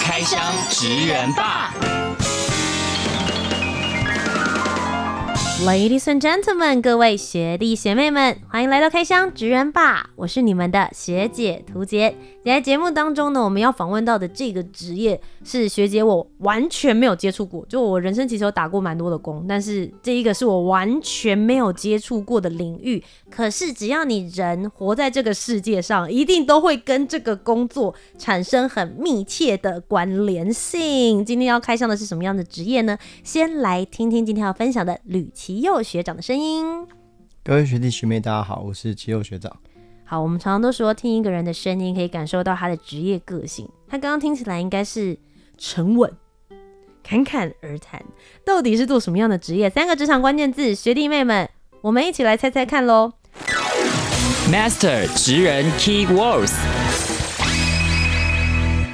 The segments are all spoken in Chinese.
开箱职人吧。 Ladies and gentlemen，各位学弟学妹们，欢迎来到开箱职人吧！我是你们的学姐涂洁。今天节目当中呢，我们要访问到的这个职业是学姐我完全没有接触过，就我人生其实有打过蛮多的工，但是这一个是我完全没有接触过的领域。可是只要你人活在这个世界上，一定都会跟这个工作产生很密切的关联性。今天要开箱的是什么样的职业呢？先来听听今天要分享的吕奇佑学长的声音。各位学弟学妹，大家好，我是肌肉学长。好，我们常常都说听一个人的声音可以感受到他的职业个性。他刚刚听起来应该是沉稳、侃侃而谈，到底是做什么样的职业？三个职场关键字，学弟妹们，我们一起来猜猜看喽。 Master 职人 Key Words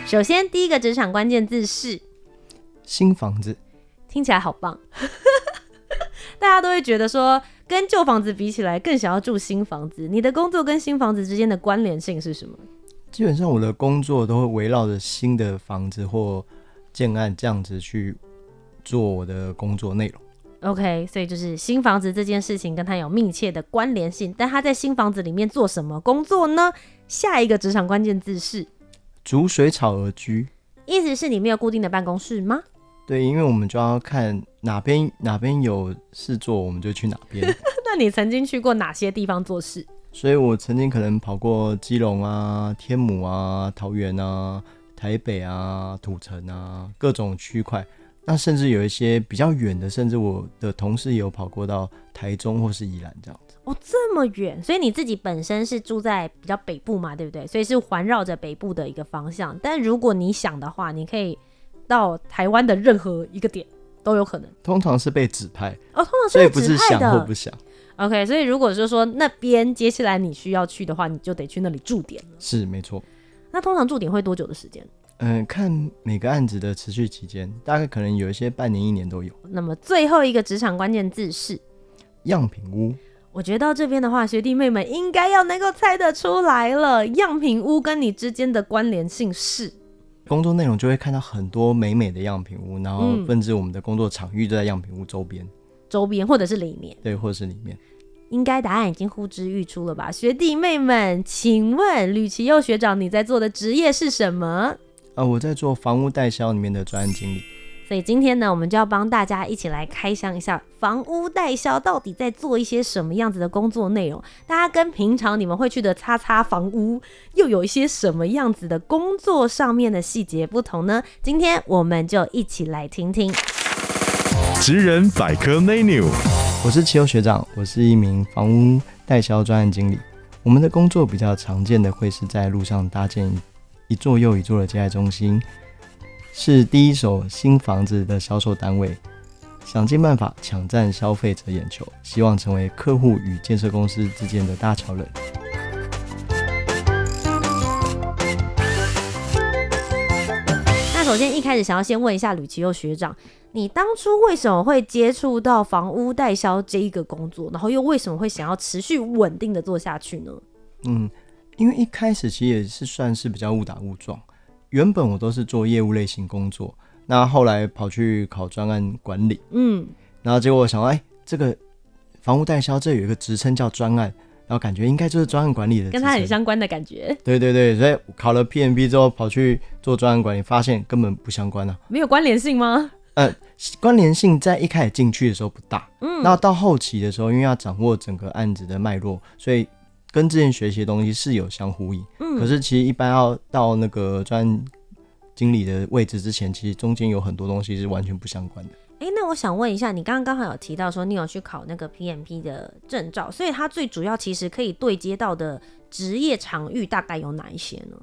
首先，第一个职场关键字是，新房子，听起来好棒， 大家都会觉得说。跟旧房子比起来，更想要住新房子。你的工作跟新房子之间的关联性是什么？基本上我的工作都会围绕着新的房子或建案这样子去做我的工作内容。 OK，所以就是新房子这件事情跟他有密切的关联性，但他在新房子里面做什么工作呢？下一个职场关键字是，逐水草而居，意思是你没有固定的办公室吗？对，因为我们就要看哪边哪边有事做，我们就去哪边。哎那你曾经去过哪些地方做事？所以我曾经可能跑过基隆啊、天母啊、桃园啊、台北啊、土城啊各种区块。那甚至有一些比较远的，甚至我的同事也有跑过到台中或是宜兰这样。哦，这么远，所以你自己本身是住在比较北部嘛，对不对？所以是环绕着北部的一个方向。但如果你想的话，你可以到台湾的任何一个点都有可能。通常是被指派，哦，通常所以是不是指派想或的不。想， OK，所以如果是说那边接下来你需要去的话，你就得去那里驻点。是没错。那通常驻点会多久的时间？嗯、看每个案子的持续期间，大概可能有一些半年、一年都有。那么最后一个职场关键字是，样品屋我觉得到这边的话，学弟妹们应该要能够猜得出来了。样品屋跟你之间的关联性是，工作内容就会看到很多美美的样品屋，然后嗯甚至我们的工作场域就在样品屋周边，周边或者是里面。对，或者是里面。应该答案已经呼之欲出了吧，学弟妹们，请问吕奇佑学长你在做的职业是什么？啊，我在做房屋代销里面的专案经理，所以今天呢，我们就要帮大家一起来开箱一下房屋代销到底在做一些什么样子的工作内容。大家跟平常你们会去的擦擦房屋又有一些什么样子的工作上面的细节不同呢？今天我们就一起来听听。职人百科 menu，我是齐友学长，我是一名房屋代销专案经理。我们的工作比较常见的会是在路上搭建一座又一座的接待中心，是第一手新房子的销售单位，想尽办法抢占消费者眼球，希望成为客户与建设公司之间的搭桥人。那首先一开始想要先问一下吕奇佑学长，你当初为什么会接触到房屋代销这一个工作，然后又为什么会想要持续稳定的做下去呢？嗯，因为一开始其实也是算是比较误打误撞，原本我都是做业务类型工作，那后来跑去考专案管理，嗯，然后结果我想，哎，这个房屋代销这有一个职称叫专案，然后感觉应该就是专案管理的职跟称，他很相关的感觉，对对对，所以我考了 PMP 之后跑去做专案管理，发现根本不相关啊。没有关联性吗？关联性在一开始进去的时候不大，嗯，那到后期的时候，因为要掌握整个案子的脉络，所以跟之前学习的东西是有相呼应，嗯，可是其实一般要到那个专案经理的位置之前，其实中间有很多东西是完全不相关的。诶，那我想问一下，你刚刚刚好有提到说你有去考那个 PMP 的证照，所以它最主要其实可以对接到的职业场域大概有哪一些呢？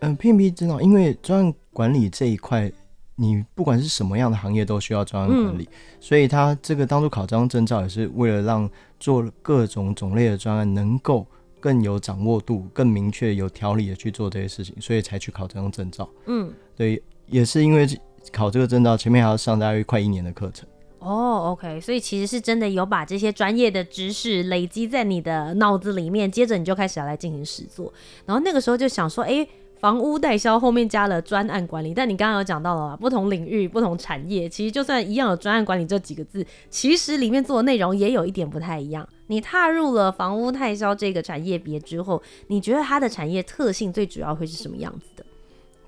嗯、p m p 知道，因为专案管理这一块你不管是什么样的行业都需要专案管理，所以他这个当初考这张证照也是为了让做各种种类的专案能够更有掌握度、更明确、有条理的去做这些事情，所以才去考这张证照。嗯，对，也是因为这考这个证照，前面还要上大约快一年的课程。哦，OK，所以其实是真的有把这些专业的知识累积在你的脑子里面，接着你就开始要来进行实做。然后那个时候就想说，诶，房屋代销后面加了专案管理，但你刚刚有讲到了嘛，不同领域、不同产业，其实就算一样有专案管理这几个字，其实里面做的内容也有一点不太一样。你踏入了房屋代销这个产业别之后，你觉得它的产业特性最主要会是什么样子的？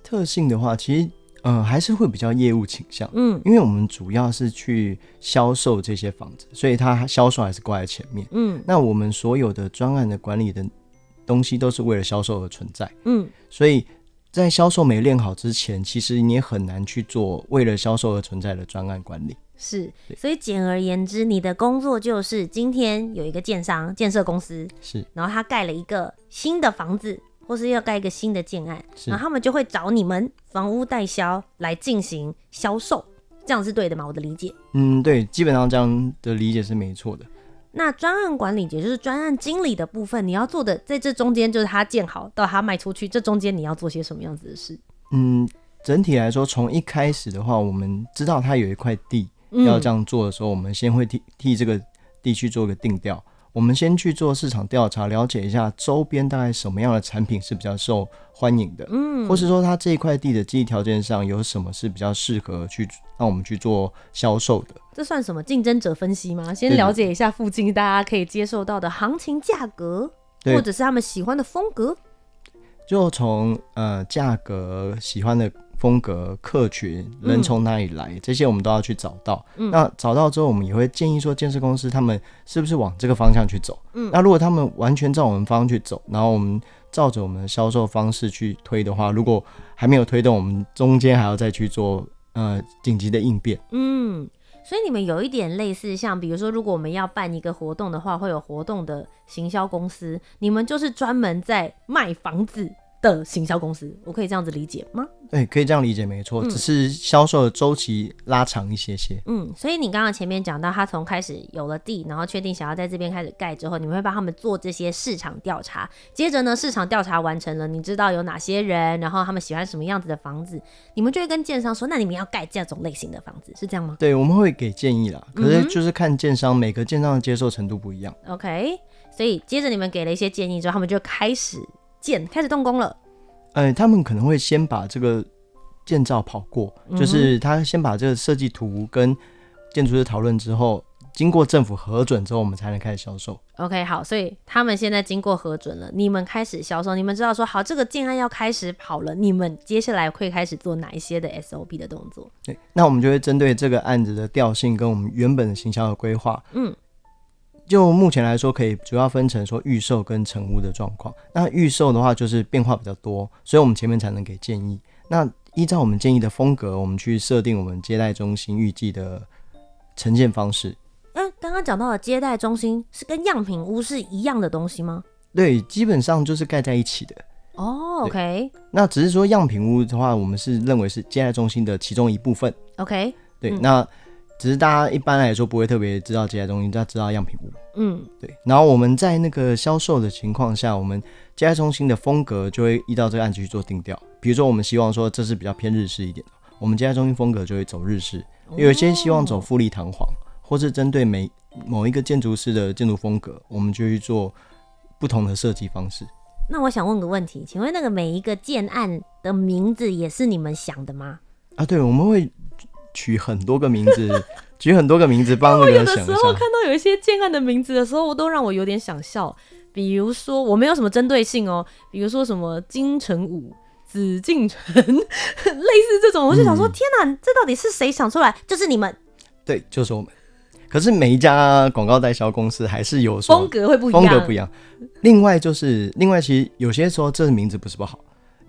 特性的话，其实呃还是会比较业务倾向，嗯因为我们主要是去销售这些房子，所以它销售还是挂在前面。嗯那我们所有的专案的管理的东西都是为了销售而存在，嗯，所以在销售没练好之前，其实你也很难去做为了销售而存在的专案管理。是，所以简而言之，你的工作就是今天有一个建商、建设公司，是然后他盖了一个新的房子，或是要盖一个新的建案，是然后他们就会找你们房屋代销来进行销售，这样是对的吗？我的理解。嗯，对，基本上这样的理解是没错的。那专案管理也就是专案经理的部分，你要做的在这中间就是他建好到他卖出去，这中间你要做些什么样子的事？嗯，整体来说，从一开始的话，我们知道它有一块地要这样做的时候，我们先会替替这个地区做个定调。我们先去做市场调查，了解一下周边大概什么样的产品是比较受欢迎的，嗯，或是说它这一块地的经济条件上有什么是比较适合去让我们去做销售的。这算什么竞争者分析吗？先对的了解一下附近大家可以接受到的行情价格，对或者是他们喜欢的风格。就从呃价格、喜欢的风格、客群、人从哪里来、这些，我们都要去找到。那找到之后，我们也会建议说，建设公司他们是不是往这个方向去走？嗯，那如果他们完全照我们方向去走，然后我们照着我们的销售方式去推的话，如果还没有推动，我们中间还要再去做呃紧急的应变。嗯，所以你们有一点类似，像比如说，如果我们要办一个活动的话，会有活动的行销公司，你们就是专门在卖房子的行销公司，我可以这样子理解吗？对，哎可以这样理解，没错，只是销售的周期拉长一些些。嗯，所以你刚刚前面讲到，他从开始有了地，然后确定想要在这边开始盖之后，你们会帮他们做这些市场调查。接着呢，市场调查完成了，你知道有哪些人，然后他们喜欢什么样子的房子，你们就会跟建商说，那你们要盖这种类型的房子，是这样吗？对，我们会给建议啦，可是就是看建商，每个建商的接受程度不一样。 OK，所以接着你们给了一些建议之后，他们就开始建，开始动工了。呃，他们可能会先把这个建造跑过，就是他先把这个设计图跟建筑师讨论之后，经过政府核准之后，我们才能开始销售。 OK，好，所以他们现在经过核准了，你们开始销售，你们知道说好这个建案要开始跑了，你们接下来会开始做哪一些的 SOP 的动作？对，那我们就会针对这个案子的调性跟我们原本的行销的规划，嗯，就目前来说，可以主要分成说预售跟成屋的状况。那预售的话，就是变化比较多，所以我们前面才能给建议。那依照我们建议的风格，我们去设定我们接待中心预计的呈现方式。嗯，刚刚讲到的接待中心是跟样品屋是一样的东西吗？对，基本上就是盖在一起的。哦、o k 那只是说样品屋的话，我们是认为是接待中心的其中一部分。 OK，对，那只是大家一般来说不会特别知道接待中心，大家知道样品屋。嗯，对，然后我们在那个销售的情况下，我们接待中心的风格就会依照这个案子去做定调。比如说，我们希望说这是比较偏日式一点的，我们接待中心风格就会走日式；有一些希望走富丽堂皇，或是针对每某一个建筑师的建筑风格，我们就去做不同的设计方式。那我想问个问题，请问那个每一个建案的名字也是你们想的吗？啊，对，我们会取很多个名 字，取很多个名字帮那个有人的想一时候下看。到有一些建案的名字的时候，我都让我有点想笑。比如说，我没有什么针对性哦，比如说什么金城武、紫禁城， 类似这种，我就想嗯说，天哪，这到底是谁想出来？就是你们对，就是我们。可是每一家广告代销公司还是有说风格会不一样，风格不一样。另外就是，另外其实有些时候这个名字不是不好，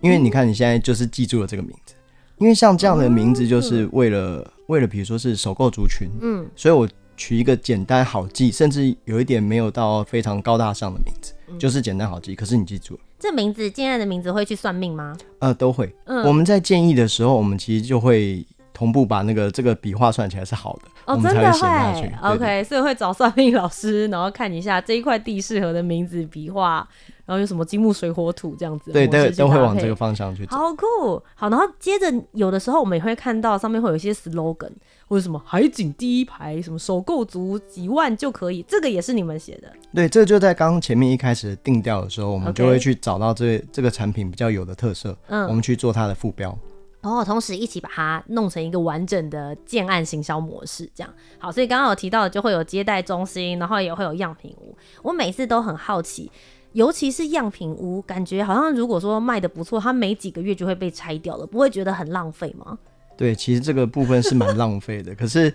因为你看你现在就是记住了这个名字，因为像这样的名字哦就是为了、为了比如说是首购族群，嗯，所以我取一个简单好记，甚至有一点没有到非常高大上的名字，嗯就是简单好记。可是你记住了。这名字建案的名字会去算命吗？嗯呃，都会。我们在建议的时候，我们其实就会同步把那个这个笔画算起来是好的，哦，我真们才的会写下去会。对对 OK，所以会找算命老师，然后看一下这一块地适合的名字、笔画，然后有什么金木水火土这样子的对，模式都去都会搭往这配个方向去走。好酷，好，然后接着有的时候我们也会看到上面会有一些 slogan 或者什么海景第一排，什么首购族几万就可以，这个也是你们写的对，这就在刚刚前面一开始定调的时候，我们 OK 就会去找到这这个产品比较有的特色，嗯我们去做它的副标。哦，同时一起把它弄成一个完整的建案行销模式，这样好。所以刚刚有提到的，就会有接待中心，然后也会有样品屋。我每次都很好奇，尤其是样品屋，感觉好像如果说卖的不错，它没几个月就会被拆掉了，不会觉得很浪费吗？对，其实这个部分是蛮浪费的。 可是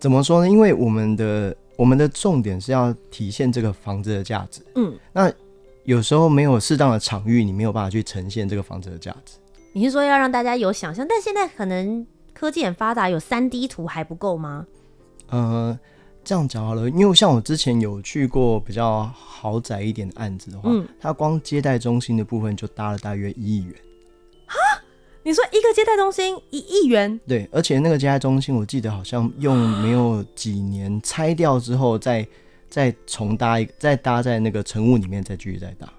怎么说呢？因为我们的我们的重点是要体现这个房子的价值。嗯，那有时候没有适当的场域，你没有办法去呈现这个房子的价值。你是说要让大家有想象，但现在可能科技很发达，有三 D 图还不够吗？呃，这样讲好了，因为像我之前有去过比较豪宅一点的案子的话，嗯它光接待中心的部分就搭了大约一亿元。你说一个接待中心一亿元，对，而且那个接待中心，我记得好像用没有几年拆掉之后再，再重搭一个，再搭在那个城务里面，再继续再搭。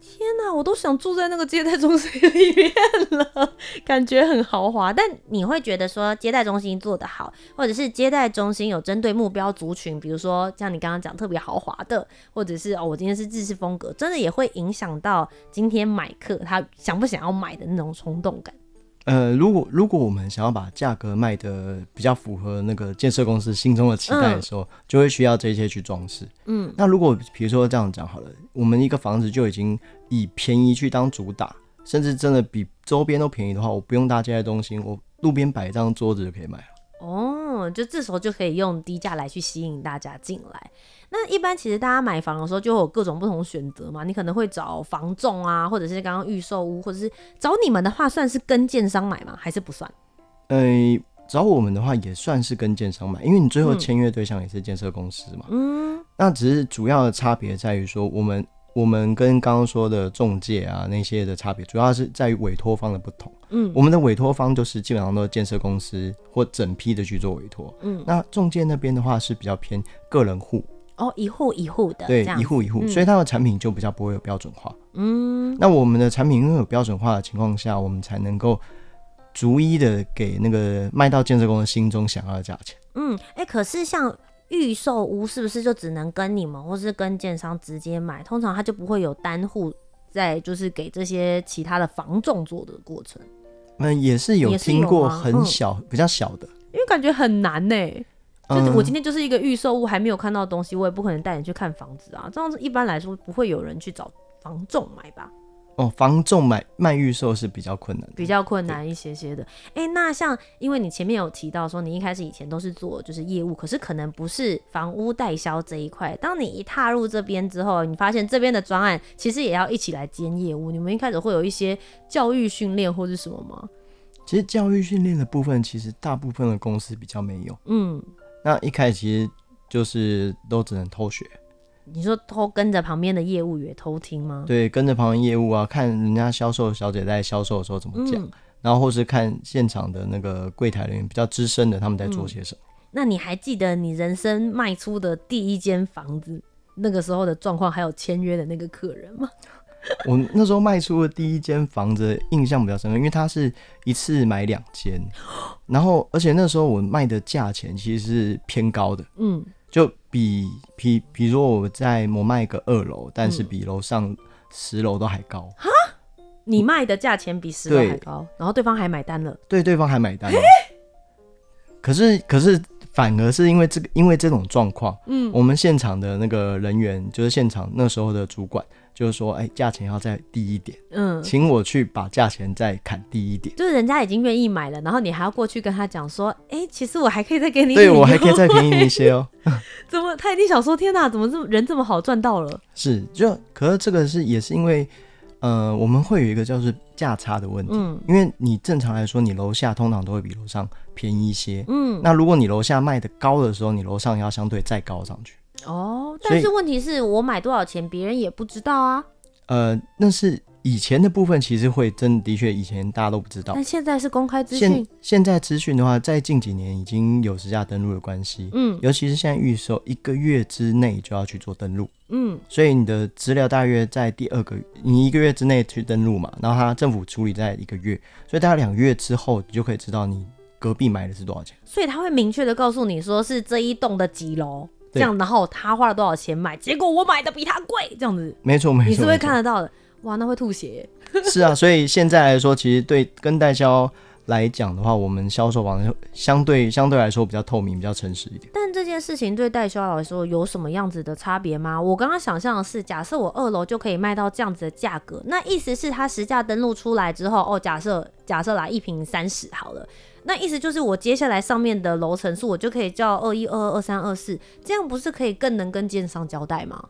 天哪，我都想住在那个接待中心里面了，感觉很豪华。但你会觉得说接待中心做得好，或者是接待中心有针对目标族群，比如说像你刚刚讲特别豪华的，或者是哦我今天是日式风格，真的也会影响到今天买客他想不想要买的那种冲动感。呃，如果如果我们想要把价格卖的比较符合那个建设公司心中的期待的时候，就会需要这些去装饰。嗯，那如果比如说这样讲好了，我们一个房子就已经以便宜去当主打，甚至真的比周边都便宜的话，我不用搭接待中心，我路边摆一张桌子就可以买了。哦，就这时候就可以用低价来去吸引大家进来。那一般其实大家买房的时候就会有各种不同选择嘛，你可能会找房仲啊，或者是刚刚预售屋，或者是找你们的话，算是跟建商买吗？还是不算？呃，找我们的话也算是跟建商买，因为你最后签约对象也是建设公司嘛。嗯，那只是主要的差别在于说，我们我们跟刚刚说的中介啊那些的差别，主要是在于委托方的不同。嗯我们的委托方就是基本上都是建设公司或整批的去做委托。嗯，那中介那边的话是比较偏个人户，哦，一户一户的，对这，样一户一户，嗯所以它的产品就比较不会有标准化。嗯，那我们的产品因为有标准化的情况下，我们才能够逐一的给那个卖到建设公司心中想要的价钱。嗯，哎、可是像预售屋是不是就只能跟你们或是跟建商直接买？通常它就不会有单户在，就是给这些其他的房仲做的过程，那也是有也是有听过吗很嗯小、比较小的，因为感觉很难呢、就是嗯我今天就是一个预售屋，还没有看到东西，我也不可能带你去看房子啊。这样子一般来说不会有人去找房仲买吧，哦，房仲买卖预售是比较困难的，比较困难一些些的。诶，那像因为你前面有提到说你一开始以前都是做就是业务，可是可能不是房屋代销这一块。当你一踏入这边之后，你发现这边的专案其实也要一起来兼业务。你们一开始会有一些教育训练或是什么吗？其实教育训练的部分，其实大部分的公司比较没有。嗯，那一开始其实就是都只能偷学，你说偷跟着旁边的业务员偷听吗？对，跟着旁边业务啊，看人家销售小姐在销售的时候怎么讲，嗯然后或是看现场的那个柜台人员比较资深的他们在嗯做些什么。那你还记得你人生卖出的第一间房子那个时候的状况，还有签约的那个客人吗？我那时候卖出的第一间房子印象比较深刻，因为它是一次买两间，然后而且那时候我卖的价钱其实是偏高的，嗯，就比比比如说我在我卖个二楼，但嗯是比楼上十楼都还高，你卖的价钱比十楼还高，然后对方还买单了。对对方还买单哦。可是可是反而是因为这个因为这种状况，嗯，我们现场的那个人员就是现场那时候的主管，就是说，哎，价钱要再低一点，嗯，请我去把价钱再砍低一点。就是人家已经愿意买了，然后你还要过去跟他讲说，哎、其实我还可以再给你，对我还可以再便宜你一些哦。 怎么？他一定想说，天哪，怎么这么人这么好赚到了？是，就可是这个是也是因为，呃，我们会有一个叫是价差的问题，嗯因为你正常来说，你楼下通常都会比楼上便宜一些，嗯，那如果你楼下卖的高的时候，你楼上要相对再高上去，哦，所以但是问题是我买多少钱，别人也不知道啊。呃，那是以前的部分其实会真的的确，以前大家都不知道但。现在是公开资现讯，现在资讯的话，在近几年已经有实价登录的关系，嗯尤其是现在预售一个月之内就要去做登录，嗯所以你的资料大约在第二个，你一个月之内去登录嘛，然后它政府处理在一个月，所以大概两个月之后，你就可以知道你隔壁买的是多少钱。所以他会明确的告诉你说是这一栋的几楼，这对样，然后他花了多少钱买，结果我买的比他贵，这样子没错，没错，你是没会错看得到的。哇，那会吐血耶，是啊，所以现在来说，其实对跟代销来讲的话，我们销售网相对相对来说比较透明、比较诚实一点。但这件事情对代销来说有什么样子的差别吗？我刚刚想象的是，假设我二楼就可以卖到这样子的价格，那意思是它实价登录出来之后，哦，假设假设啦，一瓶三十好了，那意思就是我接下来上面的楼层数我就可以叫二一、二二、二三、二四，这样不是可以更能跟建商交代吗？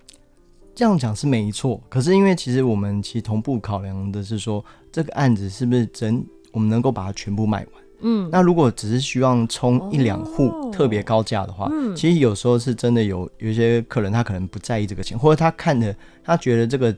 这样讲是没错，可是因为其实我们其实同步考量的是说，这个案子是不是整我们能够把它全部卖完。嗯，那如果只是希望冲一两户哦特别高价的话，嗯其实有时候是真的有有一些客人他可能不在意这个钱，或者他看的他觉得这个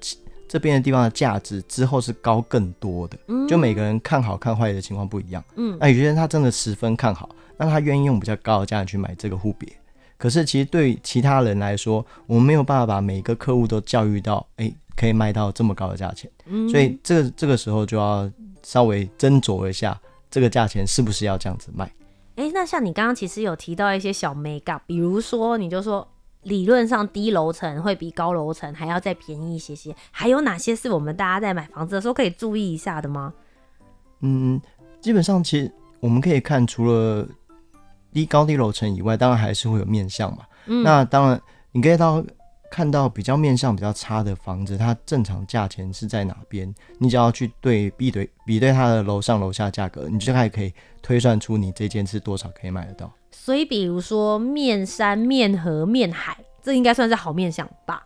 这边的地方的价值之后是高更多的，就每个人看好看坏的情况不一样。嗯那有些人他真的十分看好，那他愿意用比较高的价钱去买这个户别。可是其实对其他人来说，我们没有办法把每个客户都教育到，哎、可以卖到这么高的价钱。所以这个这个时候就要稍微斟酌一下，这个价钱是不是要这样子卖？诶，那像你刚刚其实有提到一些小 make up，比如说你就说理论上低楼层会比高楼层还要再便宜一些些，还有哪些是我们大家在买房子的时候可以注意一下的吗？嗯，基本上其实我们可以看，除了低高低楼层以外，当然还是会有面向嘛。嗯那当然，你可以到看到比较面向比较差的房子，它正常价钱是在哪边，你只要去对比对比对它的楼上楼下价格，你就大概可以推算出你这间是多少可以买得到。所以比如说面山、面河、面海，这应该算是好面相吧？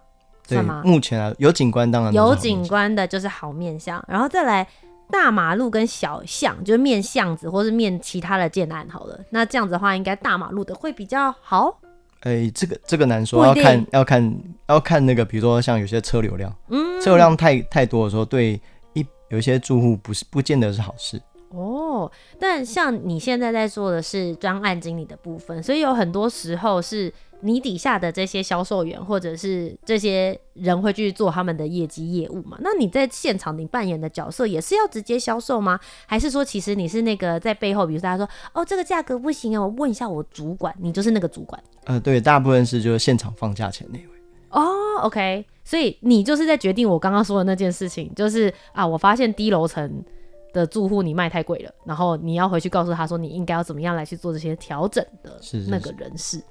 对算吗，？目前啊，有景观当然都是好有面向景观的就是好面相，然后再来大马路跟小巷，就是面巷子或是面其他的建案好了。那这样子的话，应该大马路的会比较好。哎、这个这个难说，不要一定看要看要看那个，比如说像有些车流量，嗯，车流量太太多的时候，对一有一些住户不是不见得是好事。哦，但像你现在在做的是专案经理的部分，所以有很多时候是你底下的这些销售员或者是这些人会去做他们的业绩业务嘛？那你在现场你扮演的角色也是要直接销售吗？还是说其实你是那个在背后，比如说他说哦这个价格不行啊，我问一下我主管，你就是那个主管呃，对，大部分是就是现场放价钱那位。哦，OK，所以你就是在决定我刚刚说的那件事情，就是啊，我发现低楼层的住户你卖太贵了，然后你要回去告诉他说你应该要怎么样来去做这些调整的是是那个人士。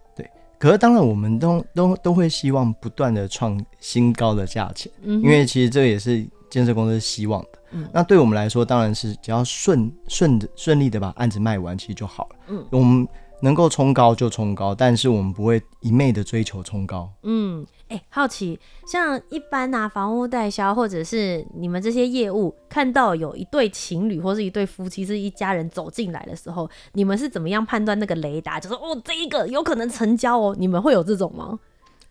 可是当然，我们都都都会希望不断的创新高的价钱，嗯哼嗯因为其实这也是建设公司希望的。那对我们来说，当然是只要顺顺着顺利的把案子卖完，其实就好了。嗯，我们能够冲高就冲高，但是我们不会一昧的追求冲高。嗯，哎、好奇，像一般啊，房屋代销或者是你们这些业务，看到有一对情侣或是一对夫妻是一家人走进来的时候，你们是怎么样判断那个雷达？就说哦，这一个有可能成交哦，你们会有这种吗？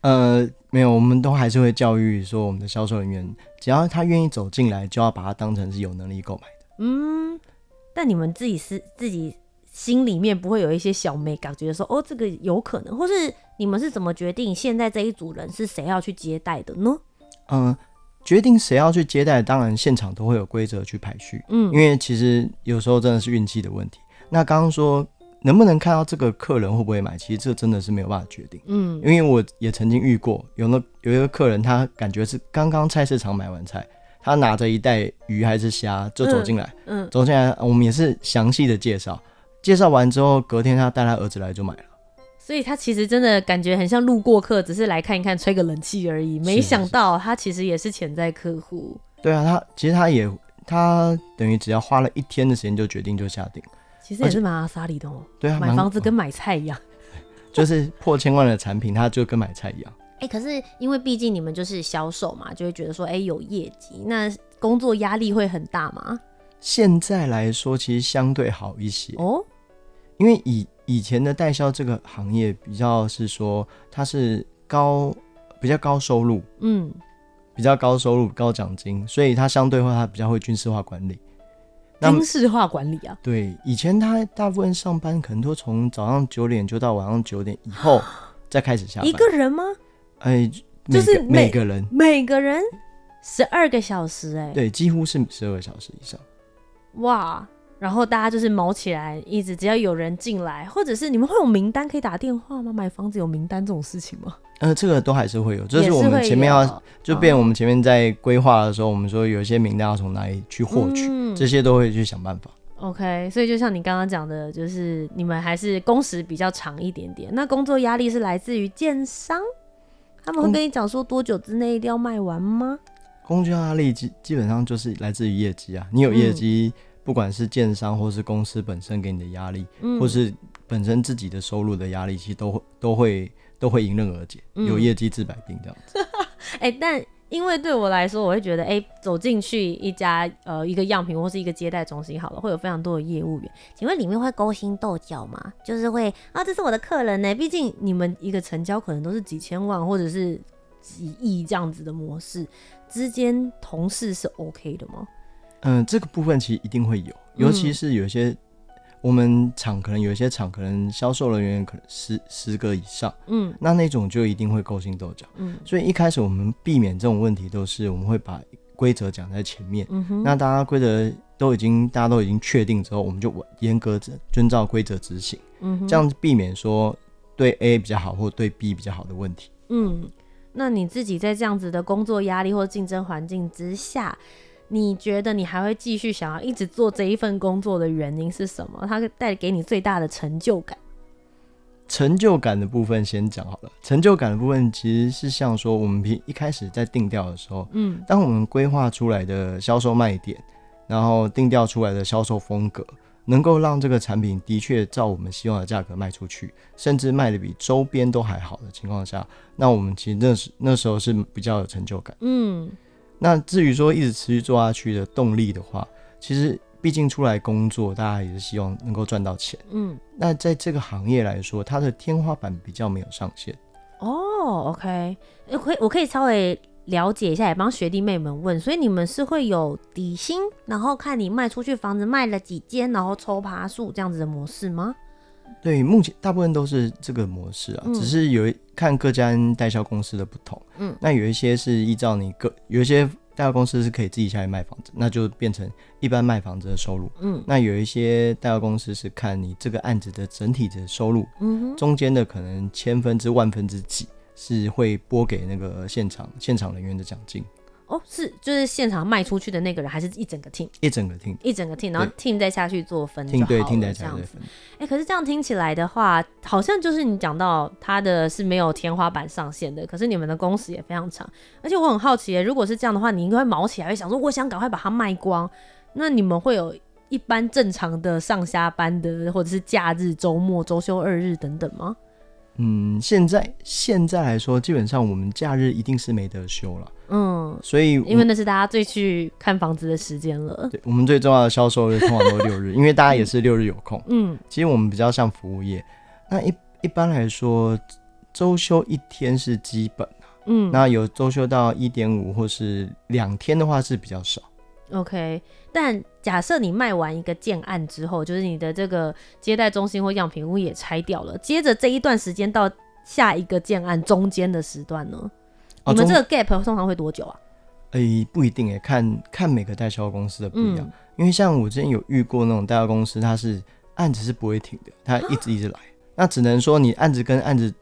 呃，没有，我们都还是会教育说，我们的销售人员只要他愿意走进来，就要把他当成是有能力购买的。嗯，但你们自己是自己心里面不会有一些小美感，觉得说哦，这个有可能，或是你们是怎么决定现在这一组人是谁要去接待的呢？嗯、决定谁要去接待，当然现场都会有规则去排序，嗯因为其实有时候真的是运气的问题。那刚刚说能不能看到这个客人会不会买，其实这真的是没有办法决定，嗯因为我也曾经遇过，有那有一个客人，他感觉是刚刚菜市场买完菜，他拿着一袋鱼还是虾就走进来，嗯，走进来，我们也是详细的介绍。介绍完之后，隔天他带他儿子来就买了。所以他其实真的感觉很像路过客，只是来看一看、吹个冷气而已。没是想到他其实也是潜在客户，对啊，他其实他也他等于只要花了一天的时间就决定就下定，其实也是蛮阿莎里的哦。对啊买蛮房子跟买菜一样。就是破千万的产品，他就跟买菜一样。哎、可是因为毕竟你们就是销售嘛，就会觉得说，哎、有业绩，那工作压力会很大吗？现在来说，其实相对好一些，哦，因为以以前的代销这个行业比较是说它是高比较高收入，嗯，比较高收入、高奖金，所以它相对会它比较会军事化管理。那么军事化管理啊，对，以前他大部分上班可能都从早上九点就到晚上九点以 后再开始下班。一个人吗？哎，就每是个每每个人每个人十二个小时、哎，对，几乎是十二个小时以上。哇！然后大家就是毛起来，一直只要有人进来，或者是你们会有名单可以打电话吗？买房子有名单这种事情吗？呃，这个都还是会有，这也是我们会前面要有嗯就变我们前面在规划的时候，我们说有一些名单要从哪里去获取，嗯这些都会去想办法。 OK，所以就像你刚刚讲的，就是你们还是工时比较长一点点，那工作压力是来自于建商，他们会工跟你讲说多久之内一定要卖完吗？工具压力基基本上就是来自于业绩啊，你有业绩，嗯不管是建商或是公司本身给你的压力，嗯或是本身自己的收入的压力，其实都会都会都会迎刃而解。嗯有业绩治百病这样子。哎、但因为对我来说，我会觉得，哎、走进去一家呃一个样品或是一个接待中心好了，会有非常多的业务员。请问里面会勾心斗角吗？就是会啊，这是我的客人呢、毕竟你们一个成交可能都是几千万或者是几亿这样子的模式，之间同事是 OK 的吗？嗯、这个部分其实一定会有，尤嗯其是有一些、我们厂可能有一些厂可能销售人员可能十十个以上，嗯那那种就一定会勾心斗角。嗯所以一开始我们避免这种问题，都是我们会把规则讲在前面。嗯哼，那大家规则都已经大家都已经确定之后，我们就严格遵遵照规则执行，嗯哼这样避免说对 A 比较好或对 B 比较好的问题。嗯，那你自己在这样子的工作压力或竞争环境之下，你觉得你还会继续想要一直做这一份工作的原因是什么？它带给你最大的成就感？成就感的部分先讲好了。成就感的部分其实是像说我们平一开始在定调的时候，嗯当我们规划出来的销售卖点，然后定调出来的销售风格，能够让这个产品的确照我们希望的价格卖出去，甚至卖的比周边都还好的情况下，那我们其实那时那时候是比较有成就感。嗯那至于说一直持续做下去的动力的话，其实毕竟出来工作，大家也是希望能够赚到钱。嗯，那在这个行业来说，它的天花板比较没有上限。哦，OK，呃可以，我可以稍微了解一下，也帮学弟妹们问。所以你们是会有底薪，然后看你卖出去房子卖了几间，然后抽爬数这样子的模式吗？对，目前大部分都是这个模式啊，嗯只是有一看各家代销公司的不同。嗯那有一些是依照你个，有一些代销公司是可以自己下来卖房子，那就变成一般卖房子的收入。嗯那有一些代销公司是看你这个案子的整体的收入，嗯哼，中间的可能千分之万分之几是会拨给那个现场现场人员的奖金，哦，是就是现场卖出去的那个人，还是一整个 team？一整个听一整个 team，然后 team 再下去做嗯分就听对好听了的这才样对子。分。哎、可是这样听起来的话，好像就是你讲到它的是没有天花板上限的，可是你们的工时也非常长，而且我很好奇耶，如果是这样的话，你应该会毛起来，会想说我想赶快把它卖光。那你们会有一般正常的上下班的，或者是假日、周末、周休二日等等吗？嗯，现在现在来说，基本上我们假日一定是没得休了，嗯，所以因为我那是大家最去看房子的时间了。对我们最重要的销售日通常都是六日，因为大家也是六日有空。嗯其实我们比较像服务业，那一一般来说，周休一天是基本，嗯，那有周休到一点五或是两天的话是比较少。 OK，但假设你卖完一个建案之后，就是你的这个接待中心或样品屋也拆掉了，接着这一段时间到下一个建案中间的时段呢，哦你们中这个 gap 通常会多久啊？诶、不一定诶，看看每个代销公司的不一样。嗯因为像我之前有遇过那种代销公司，它是案子是不会停的，啊它一直一直来。那只能说你案子跟案子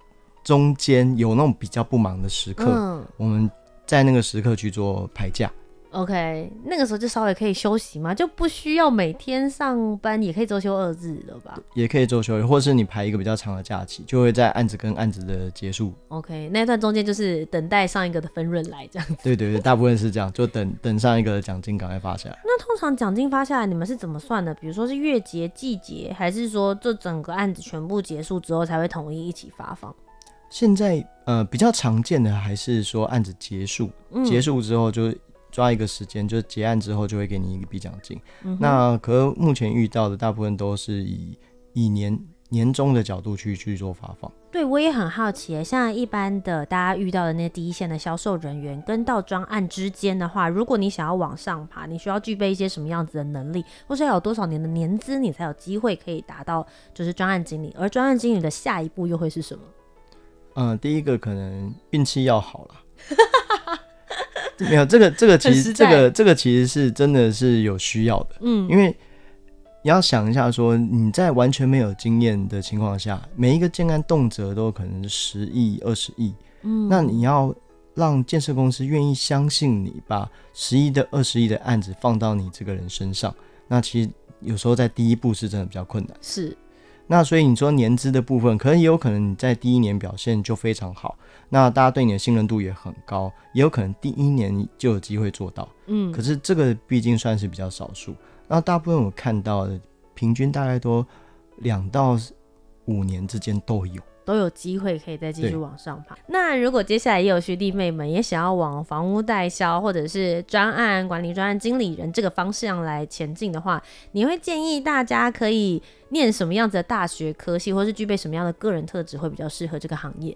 中间有那种比较不忙的时刻，嗯我们在那个时刻去做排价。 ，OK，那个时候就稍微可以休息嘛，就不需要每天上班，也可以周休二日了吧也可以周休，或是你排一个比较长的假期，就会在案子跟案子的结束。 ？OK，那一段中间就是等待上一个的分润来这样。对对对，大部分是这样，就等等上一个奖金赶快发下来。那通常奖金发下来，你们是怎么算的？比如说是月结、季结，还是说这整个案子全部结束之后才会统一一起发放？现在呃比较常见的还是说案子结束，嗯结束之后就抓一个时间，就是结案之后就会给你一笔奖金。嗯哼那可目前遇到的大部分都是以以年年终的角度去去做发放。对，我也很好奇耶，像一般的大家遇到的那第一线的销售人员，跟到专案之间的话，如果你想要往上爬，你需要具备一些什么样子的能力，或是要有多少年的年资，你才有机会可以达到就是专案经理？而专案经理的下一步又会是什么？嗯、第一个可能运气要好啦。没有这个这个其很实实在这个这个其实是真的是有需要的，嗯因为你要想一下说你在完全没有经验的情况下，每一个建案动辄都可能是十亿、二十亿，嗯那你要让建设公司愿意相信你，把十亿的、二十亿的案子放到你这个人身上，那其实有时候在第一步是真的比较困难。是那所以你说年资的部分，可能也有可能你在第一年表现就非常好，那大家对你的信任度也很高，也有可能第一年你就有机会做到。嗯可是这个毕竟算是比较少数，那大部分我看到的平均大概都两到五年之间都有。都有机会可以再继续对往上爬。那如果接下来也有学弟妹们也想要往房屋代销或者是专案管理、专案经理人这个方向来前进的话，你会建议大家可以念什么样子的大学科系，或是具备什么样的个人特质会比较适合这个行业？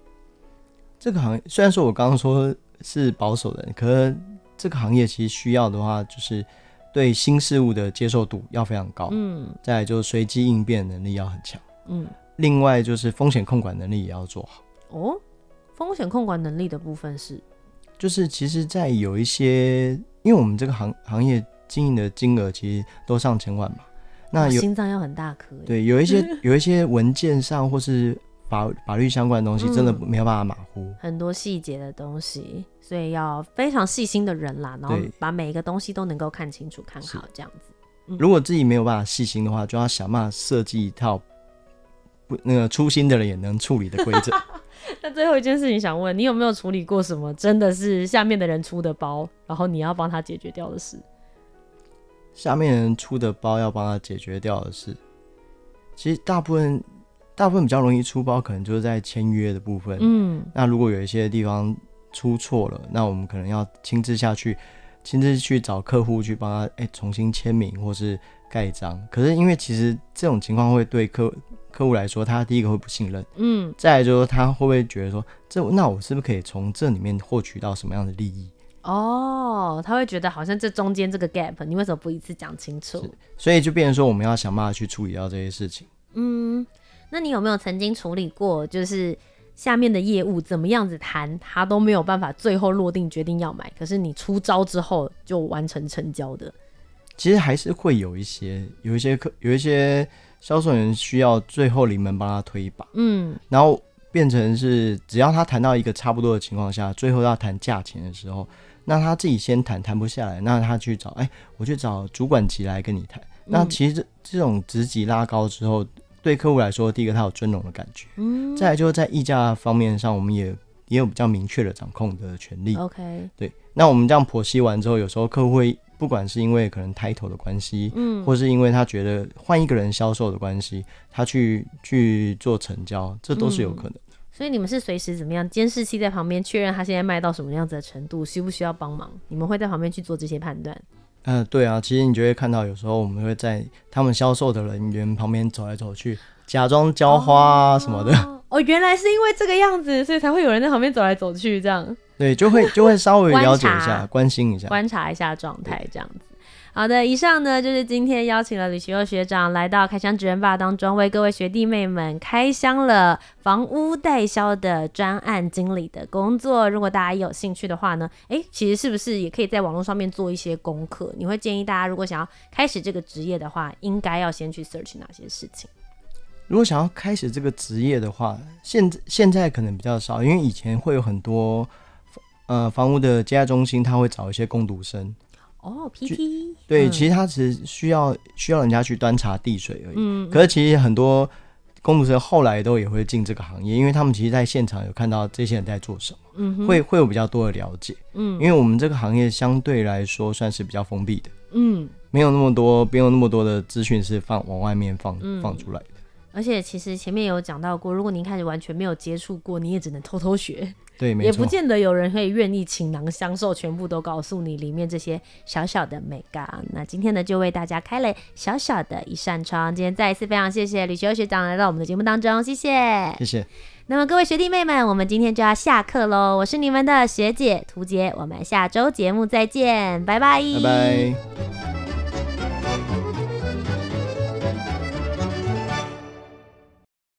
这个行业虽然说我刚刚说是保守人，可是这个行业其实需要的话，就是对新事物的接受度要非常高，嗯再来就是随机应变能力要很强。嗯，另外就是风险控管能力也要做好。哦，风险控管能力的部分是就是其实，在有一些，因为我们这个行行业经营的金额其实都上千万嘛，那哇有心脏要很大颗耶，对有一 些有一些文件上或是法法律相关的东西，真的嗯没有办法马虎。很多细节的东西，所以要非常细心的人啦，然后对把每一个东西都能够看清楚、看好这样子。如果自己没有办法细心的话，就要想办法设计一套不那个粗心的人也能处理的规则。那最后一件事情想问，你有没有处理过什么真的是下面的人出的包，然后你要帮他解决掉的事？下面人出的包要帮他解决掉的事，其实大部分大部分比较容易出包，可能就是在签约的部分。嗯，那如果有一些地方出错了，那我们可能要亲自下去，亲自去找客户去帮他哎、重新签名或是盖章。可是因为其实这种情况会对客客户来说，他第一个会不信任，嗯，再来就是他会不会觉得说，这那我是不是可以从这里面获取到什么样的利益？哦，他会觉得好像这中间这个 gap，你为什么不一次讲清楚？所以就变成说，我们要想办法去处理掉这些事情。嗯，那你有没有曾经处理过，就是下面的业务怎么样子谈，他都没有办法最后落定决定要买，可是你出招之后就完成成交的？其实还是会有一些有一些客有一些销售人需要最后临门帮他推一把。嗯，然后变成是，只要他谈到一个差不多的情况下，最后要谈价钱的时候，那他自己先谈，谈不下来，那他去找，哎、我去找主管级来跟你谈。那其实这这种职级拉高之后，对客户来说，第一个他有尊荣的感觉，嗯，再来就是在议价方面上，我们也也有比较明确的掌控的权利。嗯 OK，对，那我们这样剖析完之后，有时候客户会不管是因为可能 title 的关系，嗯，或是因为他觉得换一个人销售的关系，他去去做成交，这都嗯是有可能。所以你们是随时怎么样？监视器在旁边确认他现在卖到什么样子的程度，需不需要帮忙？你们会在旁边去做这些判断。嗯、对啊，其实你就会看到，有时候我们会在他们销售的人员旁边走来走去，假装浇花啊什么的， 哦，原来是因为这个样子，所以才会有人在旁边走来走去，这样对，就会就会稍微观了解一察下，关心一下。观察一下状态，这样子。好的，以上呢就是今天邀请了吕奇佑学长来到开箱职人吧当中，为各位学弟妹们开箱了房屋代销的专案经理的工作。如果大家有兴趣的话呢，诶，其实是不是也可以在网络上面做一些功课？你会建议大家如果想要开始这个职业的话，应该要先去 search 哪些事情？如果想要开始这个职业的话，现现在可能比较少，因为以前会有很多呃房屋的接待中心，他会找一些工读生。哦，PT，对，嗯其实他只是需要需要人家去端茶递水而已。嗯可是其实很多工读生后来都也会进这个行业，因为他们其实在现场有看到这些人在做什么，嗯、会会有比较多的了解。嗯，因为我们这个行业相对来说算是比较封闭的，嗯，嗯没有那么多没有那么多的资讯是放往外面放、放出来的。而且其实前面有讲到过，如果你一开始完全没有接触过，你也只能偷偷学，对，没也不错，见得有人会愿意倾囊相授，全部都告诉你里面这些小小的美感。那今天呢，就为大家开了小小的一扇窗。今天再一次非常谢谢吕秋学长来到我们的节目当中，谢谢。谢谢，那么各位学弟妹们，我们今天就要下课喽。我是你们的学姐涂洁，我们下周节目再见，拜拜，拜拜。